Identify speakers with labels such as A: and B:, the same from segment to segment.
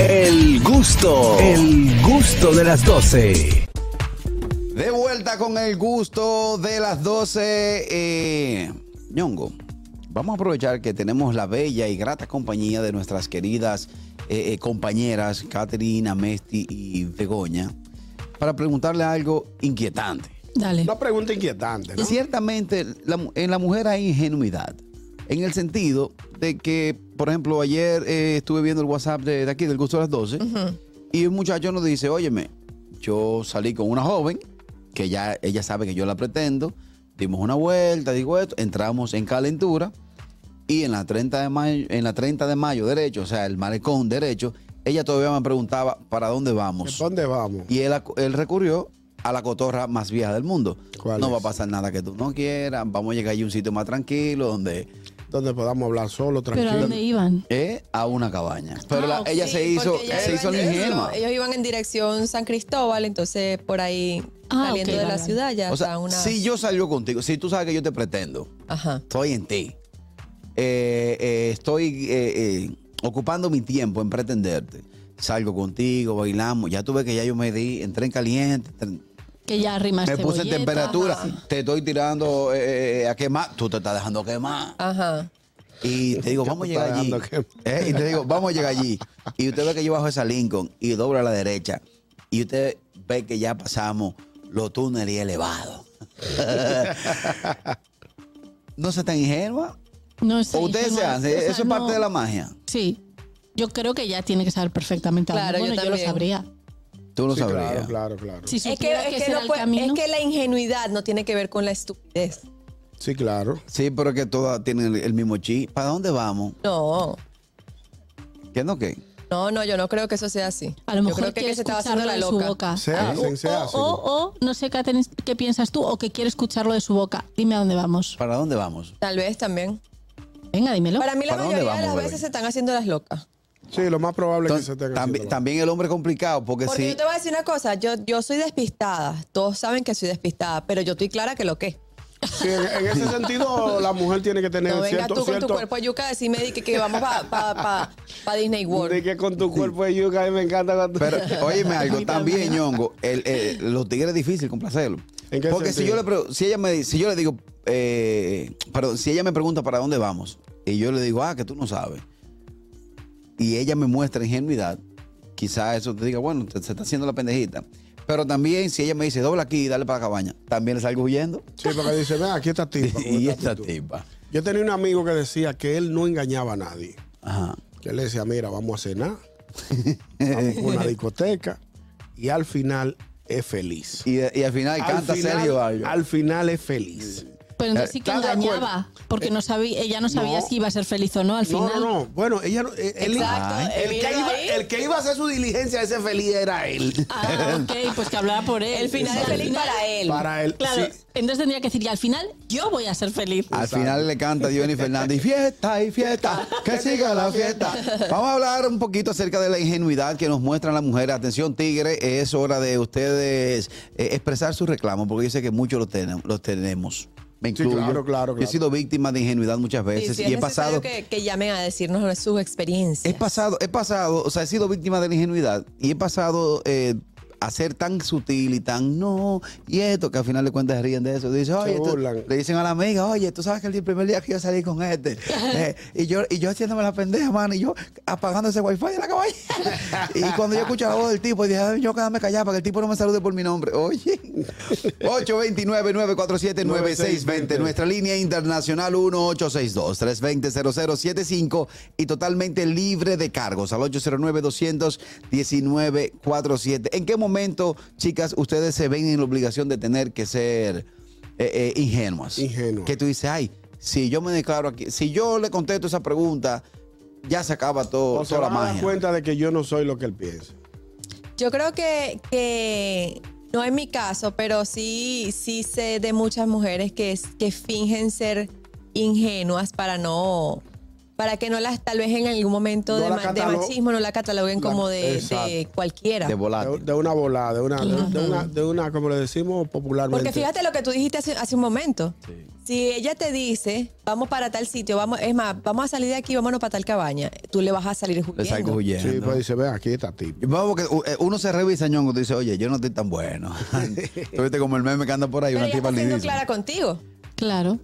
A: El gusto, el gusto de las 12.
B: De vuelta con el gusto de las 12. Eh, Ñongo, vamos a aprovechar que tenemos la bella y grata compañía de nuestras queridas eh, eh, compañeras Caterina, Mesti y Begoña para preguntarle algo inquietante.
C: Dale.
D: Una pregunta inquietante, ¿no?
B: Ciertamente, la mu- en la mujer hay ingenuidad. En el sentido de que, por ejemplo, ayer eh, estuve viendo el WhatsApp de, de aquí, del gusto de las 12, y un muchacho nos dice, óyeme, yo salí con una joven, que ya ella sabe que yo la pretendo, dimos una vuelta, digo esto, entramos en calentura, y en la 30 de mayo, en la 30 de mayo derecho, o sea, el malecón derecho, ella todavía me preguntaba, ¿para dónde vamos?
D: ¿Dónde vamos?
B: Y él, acu- él recurrió a la cotorra más vieja del mundo.
D: ¿Cuál
B: no
D: es?
B: va a pasar nada que tú no quieras. Vamos a llegar allí a un sitio más tranquilo donde
D: ¿Dónde podamos hablar solo,
C: Pero ¿a
D: tranquilo?
C: dónde iban?
B: eh, a una cabaña. Pero
C: Ah,
B: la-
C: ok,
B: ella se
E: Sí,
B: hizo,
E: porque ellos
B: se
E: iban
B: hizo la
E: en-
B: ingenua.
E: Ellos iban en dirección San Cristóbal, entonces por ahí
C: Ah,
E: saliendo
C: ok,
E: de la
C: vale.
E: ciudad ya
B: O sea,
E: está una.
B: si yo salgo contigo, si tú sabes que yo te pretendo,
E: Ajá.
B: estoy en ti. Eh, eh, estoy eh, eh, ocupando mi tiempo en pretenderte. Salgo contigo, bailamos. Ya tú ves que ya yo me di, entré en caliente, entré-
C: Que ya arrimaste
B: me puse en
C: bolleta.
B: temperatura,
C: Ajá.
B: te estoy tirando eh, eh, a quemar, tú te estás dejando quemar.
E: Ajá.
B: Y te digo,
D: Ya
B: vamos a
D: te
B: llegar
D: está
B: allí.
D: dejando
B: ¿eh? Y te digo, vamos a llegar allí. Y usted ve que yo bajo esa Lincoln y dobla a la derecha. Y usted ve que ya pasamos los túneles y elevados. no se tan ingenua.
C: No sé.
B: o ustedes se hacen.
C: O sea,
B: Eso es
C: no.
B: parte de la magia.
C: Sí. Yo creo que ya tiene que saber perfectamente. a dónde.
E: Claro, yo
C: bueno, yo, lo
E: también.
C: sabría.
B: Tú lo
D: Sí,
B: sabrías.
D: claro, claro, claro.
C: Si
E: Es que,
C: supiera
E: es
C: que,
E: que
C: ese
E: no
C: era el
E: puede- es
C: camino.
E: que la ingenuidad no tiene que ver con la estupidez.
D: Sí, claro.
B: Sí, pero que todas tienen el, el mismo chi. ¿Para dónde vamos?
E: No.
B: ¿Qué no qué?
E: No, no, yo no creo que eso sea así.
C: A lo mejor
E: yo creo que,
C: quiere
E: que se estaba haciendo
C: escucharlo
E: la
C: de su
E: loca.
C: boca.
D: Se
C: Ah,
D: hacen, se
C: o,
D: hacen.
C: o- o, no sé, Catherine, qué piensas tú, o que quiere escucharlo de su boca. Dime a dónde vamos.
B: ¿Para dónde vamos?
E: Tal vez también.
C: Venga, dímelo.
E: Para mí la
B: ¿Para dónde
E: mayoría de
B: vamos,
E: las
B: Begoña?
E: veces se están haciendo las locas.
D: Sí, lo más probable
B: Entonces,
D: es que se tenga.
B: también, también el hombre es complicado porque,
E: Porque
B: si...
E: yo te voy a decir una cosa, yo, yo soy despistada, todos saben que soy despistada, pero yo estoy clara que lo que.
D: Sí, en, en ese sentido, la mujer tiene que tener
E: No venga
D: cierto.
E: tú con tu
D: cierto-
E: cuerpo de yuca a decirme de que, que vamos para pa, pa- pa Disney
D: de
E: World.
D: que con tu cuerpo de yuca, a mí me encanta cuando-
B: Pero, óyeme algo, también, Ñongo, el, el- los tigres es difícil complacerlo.
D: ¿En qué
B: Porque si yo,
D: sentido?
B: le, pre- si, ella me, di- si yo le digo, eh, perdón, si ella me pregunta para dónde vamos, y yo le digo, ah, que tú no sabes, y ella me muestra ingenuidad, quizás eso te diga, bueno, te- se está haciendo la pendejita. Pero también, si ella me dice, dobla aquí y dale para la cabaña, también le salgo huyendo.
D: Sí, porque dice, ven, aquí está tipa. con
B: y
D: esta
B: esta
D: actitud".
B: tipa.
D: Yo tenía un amigo que decía que él no engañaba a nadie.
B: Ajá.
D: Que él le decía, mira, vamos a cenar, vamos a una discoteca, y al final es feliz.
B: Y, y al final canta
D: al final,
B: Sergio algo.
D: Al final es feliz.
C: Pero entonces
B: Eh,
C: sí que
D: ¿Estás de
C: engañaba,
D: acuerdo?
C: porque no sabía, ella no sabía
D: no.
C: si iba a ser feliz o no al
D: No,
C: final.
D: no, no. Bueno, ella no- eh, él-
E: Exacto,
D: el, que
E: míralo
D: iba,
E: ahí.
D: el que iba a hacer su diligencia ese feliz era él.
C: Ah, ok, pues que hablara por él.
E: El final es
C: Al
E: feliz
C: final-
E: para él.
D: Para él.
C: Claro,
D: sí.
C: entonces tendría que decir, y al final yo voy a ser feliz.
B: Al final le canta Johnny Fernández, y fiesta y fiesta, que siga la fiesta. Vamos a hablar un poquito acerca de la ingenuidad que nos muestran las mujeres. Atención, tigre, es hora de ustedes eh, expresar sus reclamos, porque yo sé que muchos los, tenemos- los tenemos. Me
D: Sí,
B: incluyo.
D: claro, claro,
B: Yo he
D: claro.
B: sido víctima de ingenuidad muchas
E: Sí,
B: veces
E: sí,
B: y
E: es
B: he pasado...
E: necesario que, que llamen a decirnos sus experiencias.
B: He pasado, he pasado, o sea, he sido víctima de la ingenuidad y he pasado eh, a ser tan sutil y tan no, y esto, que al final de cuentas ríen de eso. Dicen, oye, tú-
D: burlan.
B: le dicen a la amiga, oye, tú sabes que el primer día que yo salí con este, eh, y, yo, y yo haciéndome la pendeja, mano, y yo apagando ese wifi de la cabaña. y cuando yo escuché la voz del tipo, dije, "Ay, yo quédame callado para que el tipo no me salude por mi nombre. Oye, 829-947-9620, nuestra línea internacional 1862-320-0075 y totalmente libre de cargos al 809-219-47. ¿En qué momento, chicas, ustedes se ven en la obligación de tener que ser eh, eh, ingenuas?
D: Ingenuas.
B: Que tú dices, ay, si yo me declaro aquí, si yo le contesto esa pregunta, ya se acaba todo,
D: O se
B: toda
D: va
B: la
D: a dar
B: magia.
D: cuenta de que yo no soy lo que él piensa.
E: Yo creo que, que no es mi caso, pero sí, sí sé de muchas mujeres que, es- que fingen ser ingenuas para no para que no las, tal vez en algún momento
D: No
E: de,
D: la
E: ma- de
D: catalo-
E: machismo, no la cataloguen
D: La-
E: como de,
D: exacto.
E: de cualquiera.
B: de
D: De,
B: volátil.
D: de una volada, de una, de, de una, de una, como le decimos popularmente.
E: Porque fíjate lo que tú dijiste hace, hace un momento. Si ella te dice, vamos para tal sitio, vamos, es más, vamos a salir de aquí, vámonos para tal cabaña, tú le vas a salir
B: Le salgo
E: huyendo.
B: huyendo.
D: Sí, pues dice, ven aquí está tipo.
B: Vamos, porque u- eh, uno se revisa, ñongo, y dice, oye, yo no estoy tan bueno. Tú viste como el meme que anda por ahí,
E: Pero
B: una
E: ella
B: tipa
E: está siendo
B: lindísima.
E: clara contigo.
C: Claro.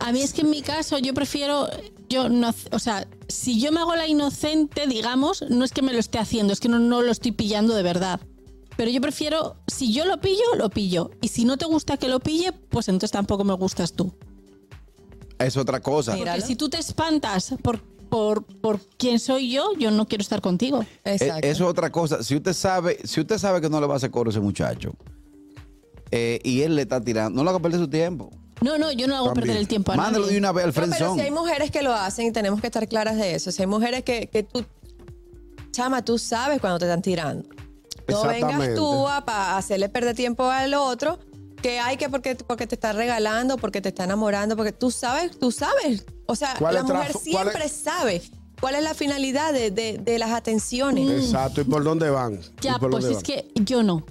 C: A mí es que en mi caso yo prefiero, yo no, hace- o sea, si yo me hago la inocente, digamos, no es que me lo esté haciendo, es que no, no lo estoy pillando de verdad. Pero yo prefiero, si yo lo pillo, lo pillo. Y si no te gusta que lo pille, pues entonces tampoco me gustas tú.
B: Es otra cosa.
E: Mira.
C: Porque
E: Míralo.
C: si tú te espantas por, por, por quién soy yo, yo no quiero estar contigo.
B: Eh,
E: Exacto.
B: Eso es otra cosa. Si usted sabe, si usted sabe que no le va a hacer coro a ese muchacho, eh, y él le está tirando, no lo haga perder su tiempo.
C: No, no, yo no hago
D: También.
C: perder el tiempo a
B: Mándalo de
C: nadie.
B: una vez al
E: No, pero
B: frenzón.
E: si hay mujeres que lo hacen y tenemos que estar claras de eso. Si hay mujeres que, que tú, chama, tú sabes cuando te están tirando. No vengas
D: Exactamente.
E: tú a, pa- a hacerle perder tiempo al otro que hay que porque, porque te está regalando, porque te está enamorando, porque tú sabes, tú sabes. O sea,
D: ¿Cuál
E: la
D: es traf-
E: mujer
D: cuál
E: siempre
D: es-
E: sabe cuál es la finalidad de, de- de las atenciones.
D: Exacto, ¿y por dónde van? ¿Y
C: Mm. Ya,
D: por
C: pues
D: dónde
C: es
D: van?
C: que yo no.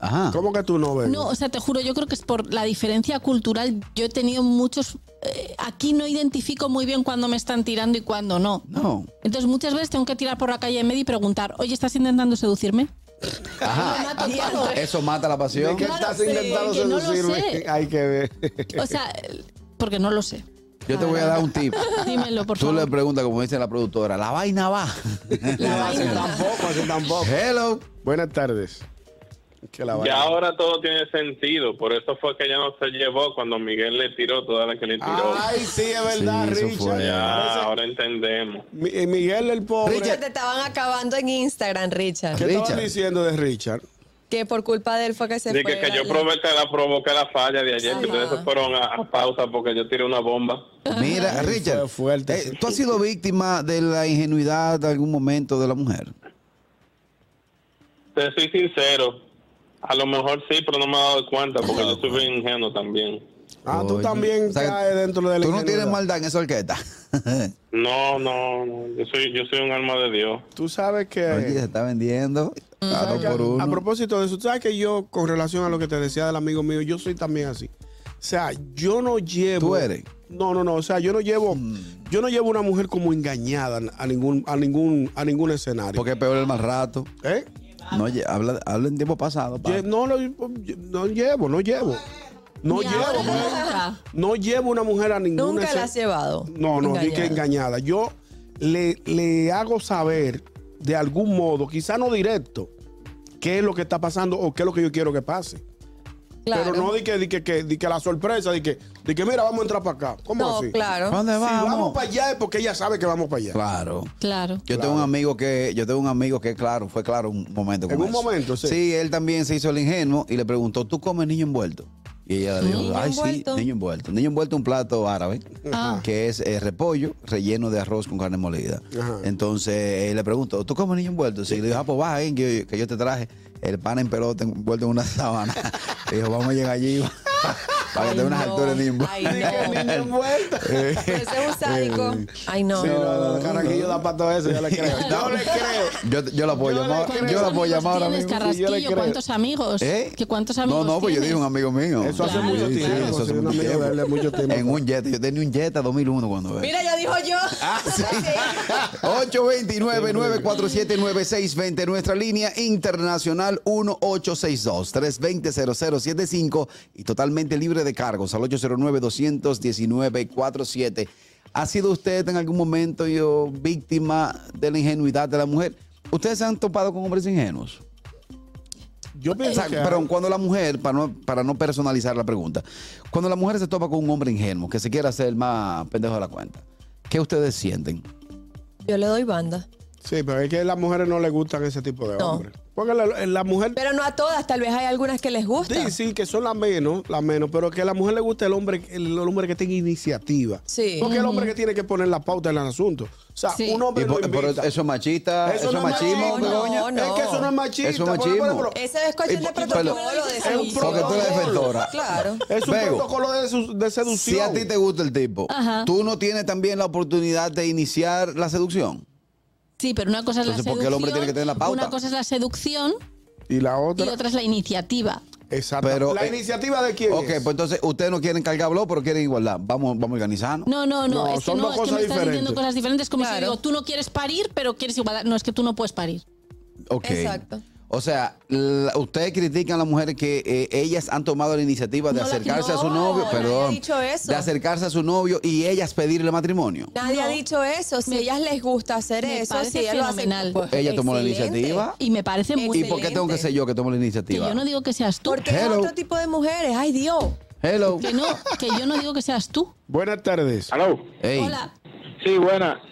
B: Ajá.
D: ¿Cómo que tú no ves?
C: No, o sea, te juro, yo creo que es por la diferencia cultural. Yo he tenido muchos... eh, aquí no identifico muy bien cuándo me están tirando y cuándo no.
B: No.
C: Entonces muchas veces tengo que tirar por la calle en medio y preguntar, oye, ¿estás intentando seducirme? Ahí lo mato todo.
B: Eso mata la pasión.
D: ¿Qué
C: Claro,
D: estás
C: sí,
D: intentando
C: porque no lo
D: seducirme?
C: sé.
D: Hay que ver.
C: O sea, porque no lo sé.
B: Yo te voy a dar un tip.
C: Dímelo, por
B: Tú le
C: favor.
B: preguntas, como dice la productora, la vaina va.
C: La
D: Así
C: vaina.
D: tampoco, así tampoco.
B: Hello.
D: Buenas tardes. Que la
F: Y
D: vaya.
F: ahora todo tiene sentido, por eso fue que ella no se llevó cuando Miguel le tiró toda la que le tiró.
D: Ay, sí, es verdad,
B: Sí, eso
D: Richard.
B: fue.
F: ya,
D: Parece-
F: ahora entendemos.
D: Mi- eh, Miguel el pobre.
E: Que te estaban acabando en Instagram, Richard.
D: ¿Qué
B: Richard.
D: estaban diciendo de Richard?
E: Que por culpa de él fue que se
F: Dije
E: fue.
F: que, que
E: la-
F: yo
E: la-
F: provoqué la, provoqué la falla de ayer,
E: Ajá.
F: que ustedes se fueron a, a pausa porque yo tiré una bomba.
B: Mira,
D: Ay,
B: Richard,
D: fue fuerte,
B: eh,
D: sí.
B: ¿tú has sido víctima de la ingenuidad de algún momento de la mujer?
F: Te soy sincero, a lo mejor sí, pero no me he dado cuenta porque yo soy bien ingenuo también.
D: Ah, tú
B: Oye.
D: también
B: O sea,
D: caes dentro de la
B: Tú no tienes
D: ingenuidad.
B: maldad en esa orquesta.
F: No, no, no, yo soy, yo soy un alma de Dios.
D: Tú sabes que...
B: Oye, se está vendiendo. A dos
D: Oiga,
B: por
D: Mm. A
B: uno.
D: propósito de eso, tú ¿sabes que yo, con relación a lo que te decía del amigo mío, yo soy también así? O sea, yo no llevo.
B: ¿Tú eres? Mm.
D: No, no, no. O sea, yo no llevo, yo no llevo una mujer como engañada a ningún, a ningún, a ningún escenario.
B: Porque es peor el mal rato.
D: ¿Eh?
B: No, oye, habla, habla en tiempo pasado. pa.
D: Lle- no, lo- no llevo, no llevo. No
C: Ni ahora
D: llevo,
C: ni
D: mujer.
C: nunca.
D: no llevo una mujer a ningún
E: Nunca la has
D: escen-
E: llevado.
D: No, no, di que
E: Engañada.
D: engañada. Yo le, le hago saber de algún modo, quizá no directo, qué es lo que está pasando o qué es lo que yo quiero que pase.
E: Claro.
D: Pero no di que, di que, que- di que la sorpresa, di que, di que mira, vamos a entrar para acá. ¿Cómo
E: No,
D: así?
E: claro.
B: ¿Dónde
D: Si vamos,
B: vamos?
D: para allá es porque ella sabe que vamos para allá.
B: Claro.
C: Claro.
B: Yo tengo un amigo que, yo tengo un amigo que claro, fue claro un momento.
D: En
B: con
D: un
B: eso.
D: momento, sí.
B: él también se hizo el ingenuo y le preguntó, ¿tú comes niño envuelto? Y ella le dijo,
E: Niño
B: ay,
E: envuelto.
B: sí, niño envuelto. Niño envuelto es un plato árabe,
C: Ah.
B: que es eh, repollo relleno de arroz con carne molida.
D: Ajá.
B: Entonces él le preguntó, ¿tú comes niño envuelto? Sí, le dijo, ah, pues baja, ven, que, yo, que yo te traje el pan en pelota envuelto en una sábana. le dijo, vamos a llegar allí para que te dé unas
E: no.
B: alturas de niño envuelto.
E: Ay,
D: Di que
E: no.
D: niño envuelta.
B: Eh,
E: Pero ese es un sádico. Ay, no.
D: Sí, no, no, carajillo da pato eso, yo le creo. No le creo.
B: Yo, yo la puedo
D: Yo le
B: llamar,
D: creo.
B: yo la
C: ¿Cuántos
B: puedo
C: amigos
B: llamar ahora mismo.
C: tienes,
D: Sí, yo le
C: Carrasquillo?
D: creo.
C: ¿Cuántos amigos?
B: ¿Eh?
C: ¿Que ¿Cuántos amigos
B: No, no, pues yo
C: tienes?
B: dije un amigo mío.
D: Eso hace
C: Claro,
D: mucho
C: claro.
D: tiempo.
B: eso hace
D: soy un
B: mucho
D: amigo de él,
B: tiempo.
D: mucho tiempo.
B: En un Jetta, yo tenía un Jetta 2001 cuando era.
E: Mira, ya dijo yo.
B: Ah, sí. 829-947-9620, nuestra línea internacional 1862-320-0075 y totalmente libre de cargos al 809-219-47. ¿Ha sido usted en algún momento yo, víctima de la ingenuidad de la mujer? ¿Ustedes se han topado con hombres ingenuos?
D: Yo
B: O
D: pienso
B: sea,
D: que.
B: pero cuando la mujer, para no, para no personalizar la pregunta, cuando la mujer se topa con un hombre ingenuo que se quiere hacer el más pendejo de la cuenta, ¿qué ustedes sienten?
E: Yo le doy banda.
D: Sí, pero es que a las mujeres no les gustan ese tipo de
E: No.
D: hombres. Porque la, la mujer
E: Pero no a todas, tal vez hay algunas que les gusta.
D: Sí, sí, que son las menos, las menos, pero que a la mujer le gusta el hombre, el, hombre que tenga iniciativa.
E: Sí.
D: Porque el hombre que tiene que poner la pauta en el asunto. O sea,
C: Sí.
D: un hombre
B: Y por-
D: lo
B: pero
D: invita.
B: eso es machista, eso, es machismo,
E: machismo, no,
B: Begoña.
E: no.
D: Es que eso no es
B: Eso
D: machista.
B: es
D: por ejemplo,
B: machismo.
D: pero-
E: Esa es
B: Y-
E: cuestión de
B: y- pero-
E: protocolo de
C: es un
E: servicio.
B: Porque tú eres defensora.
E: Claro.
D: es un
B: Bego.
D: protocolo de, su- de seducción.
B: Si a ti te gusta el tipo,
C: Ajá.
B: tú no tienes también la oportunidad de iniciar la seducción.
C: Sí, pero una cosa es
B: Entonces,
C: la
B: ¿por qué
C: seducción.
B: el hombre tiene Pues que tener la pauta?
C: Una cosa es la seducción
D: Y la
C: y
D: otra.
C: otra es la iniciativa.
D: Exacto.
B: Pero,
D: ¿La
B: eh,
D: iniciativa de quién?
B: Ok,
D: es?
B: pues entonces ustedes no quieren cargar blow, pero quieren igualdad. Vamos, vamos a organizarnos.
C: No, no, no.
D: No,
C: es que
D: son
C: no,
D: dos
C: es que
D: cosas
C: me estás diciendo
D: diferentes.
C: cosas diferentes. Como si
E: Claro.
C: digo, tú no quieres parir, pero quieres igualdad. No, es que tú no puedes parir.
B: Ok.
E: Exacto.
B: O sea, la- ustedes critican a las mujeres que eh, ellas han tomado la iniciativa de
C: No la-
B: acercarse a su
C: no,
B: novio,
E: nadie
B: perdón,
E: ha dicho eso.
B: de acercarse a su novio y ellas pedirle matrimonio.
E: Nadie
C: No.
E: ha dicho eso. Si
C: Me-
E: ellas les gusta hacer
C: me
E: eso,
C: parece
E: si ellas lo hacen,
C: fenomenal.
E: pues,
B: Ella tomó la
E: excelente.
B: iniciativa.
C: Y me parece muy
B: ¿Y por qué
E: Excelente.
B: tengo que ser yo que tomo la
C: Que
B: iniciativa?
C: yo no digo que seas tú.
E: Porque es
B: Hello.
E: otro tipo de mujeres. Ay, Dios.
B: Hello.
C: Que no, que yo no digo que seas tú.
D: Buenas tardes.
G: Aló.
B: Ey,
C: Hola.
G: Sí, buena.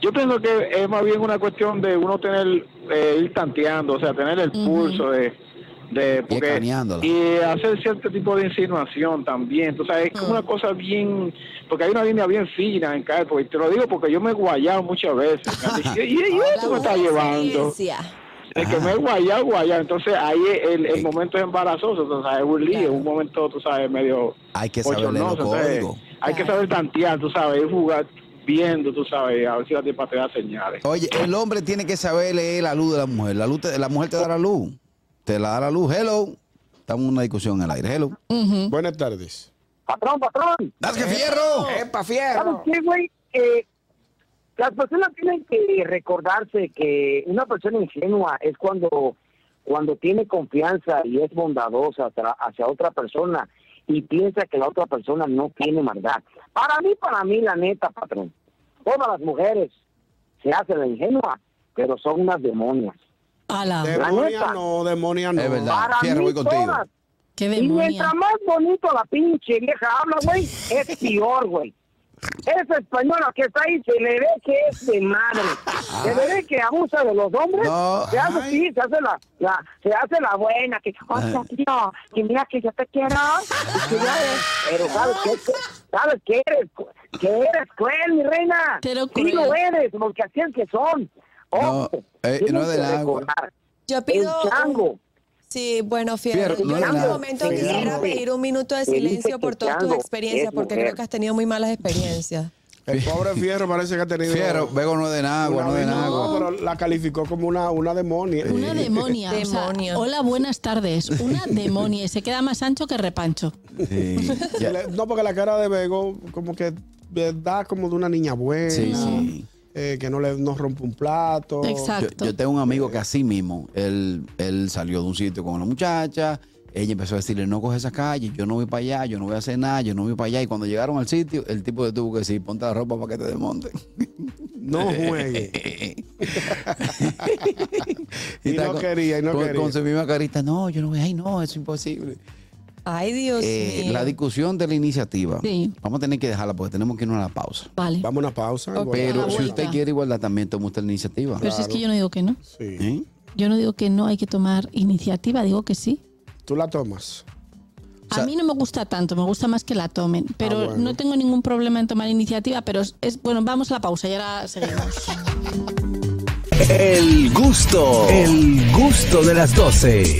G: Yo pienso que es más bien una cuestión de uno tener, eh, ir tanteando, o sea, tener el pulso de... de porque,
B: escaneándola.
G: y hacer cierto tipo de insinuación también. Tú sabes, es como una cosa bien... Porque hay una línea bien fina en cada... Porque te lo digo porque yo me he guayado muchas veces. Me han dicho, ¿Y, y- y esto me está llevando?
E: experiencia.
G: El que me he guayado, guayado. Entonces ahí el, el
B: Sí.
G: momento es embarazoso, tú sabes, es un lío,
E: Claro.
G: un momento, tú sabes, medio...
B: Hay que saber leer
G: bochornoso,
B: los
G: entonces,
B: códigos.
G: Hay que
E: Claro.
G: saber tantear, tú sabes, y jugar viendo, tú sabes, a ver si la tipa te da señales.
B: Oye, el hombre tiene que saber leer la luz de la mujer. La, luz te- la mujer te da la luz. Te la da la luz. Hello. Estamos en una discusión en el aire. Hello.
D: Buenas tardes.
H: Patrón, patrón.
B: ¡Das que fierro!
D: ¡Epa,
H: ¿Sabes
D: fierro!
H: qué, güey? Eh, las personas tienen que recordarse que una persona ingenua es cuando, cuando tiene confianza y es bondadosa tra- hacia otra persona y piensa que la otra persona no tiene maldad. Para mí, para mí, la neta, patrón. Todas las mujeres se hacen la ingenua, pero son unas demonias.
C: Ala.
D: Demonia
H: neta.
D: no, demonia no.
B: Es verdad.
H: Para
B: Fierro,
H: mí,
B: Ah, voy contigo.
H: todas.
C: Qué
H: Y
C: demonia.
H: mientras más bonito la pinche vieja habla, güey, es peor, güey. Esa española que está ahí se le ve que es de madre. Se le ve que abusa de los hombres.
B: No,
H: se hace
B: ay.
H: sí, se hace la, la- se hace la buena, que, hostia, tío, que mira que yo te quiero. que ya ves. Pero sabes que, sabes que eres, cu- que eres cruel, mi reina.
C: Pero
H: sí
C: cruel.
H: lo eres, porque así es que son. Ojo,
B: No, eh,
H: tienes
B: no de
H: que
B: nada, güey.
H: recordar,
E: Yo pido.
H: El chango.
E: Sí, bueno, Fierro.
B: Fierro, no
E: yo en
B: es
E: este
B: nada.
E: momento
H: Fierro.
E: quisiera pedir un minuto de
H: Te dice
E: silencio por
H: que
E: todas tus
H: Chango
E: experiencias,
H: es
E: porque
H: mujer.
E: creo que has tenido muy malas experiencias.
D: El pobre fierro parece que ha tenido.
B: Fierro, Vego no es de nada,
D: una
B: no es de
D: vez-
B: nada.
D: no, pero la calificó como una, una demonia.
C: Una demonia. o sea,
E: Demonio.
C: hola, buenas tardes. Una demonia. Y se queda más ancho que repancho.
B: Sí, ya.
D: Le- No, porque la cara de Bego como que eh, da como de una niña buena.
B: Sí, sí.
D: eh, que no le no rompe un plato.
C: Exacto.
B: Yo, yo tengo un amigo
D: Eh.
B: que así mismo, él, él salió de un sitio con una muchacha, ella empezó a decirle, no coge esas calles, yo no voy para allá, yo no voy a hacer nada, yo no voy para allá. Y cuando llegaron al sitio, el tipo le tuvo que decir, ponte la ropa para que te desmonte.
D: No juegue. Y no quería, y no
B: con,
D: quería.
B: Con su misma carita, no, yo no voy, ay no, es imposible.
E: Ay, Dios
B: Eh,
E: mío.
B: la discusión de la iniciativa,
C: Pues Sí.
B: vamos a tener que dejarla porque tenemos que irnos a la pausa.
C: Vale.
D: Vamos a una pausa.
E: Ok.
D: igual.
B: Pero
C: la
B: si
C: vuelta. Pues
B: usted quiere igualdad, también toma usted la iniciativa.
C: Pero si es que yo no digo que no.
D: Sí.
B: ¿Eh?
C: Yo no digo que no hay que tomar iniciativa, digo que sí.
D: Tú la tomas.
B: O sea-
C: a mí no me gusta tanto, me gusta más que la tomen, pero
D: Ah, bueno.
C: no tengo ningún problema en tomar iniciativa, pero es, es- bueno, vamos a la pausa y ahora seguimos.
A: El gusto, el gusto de las 12.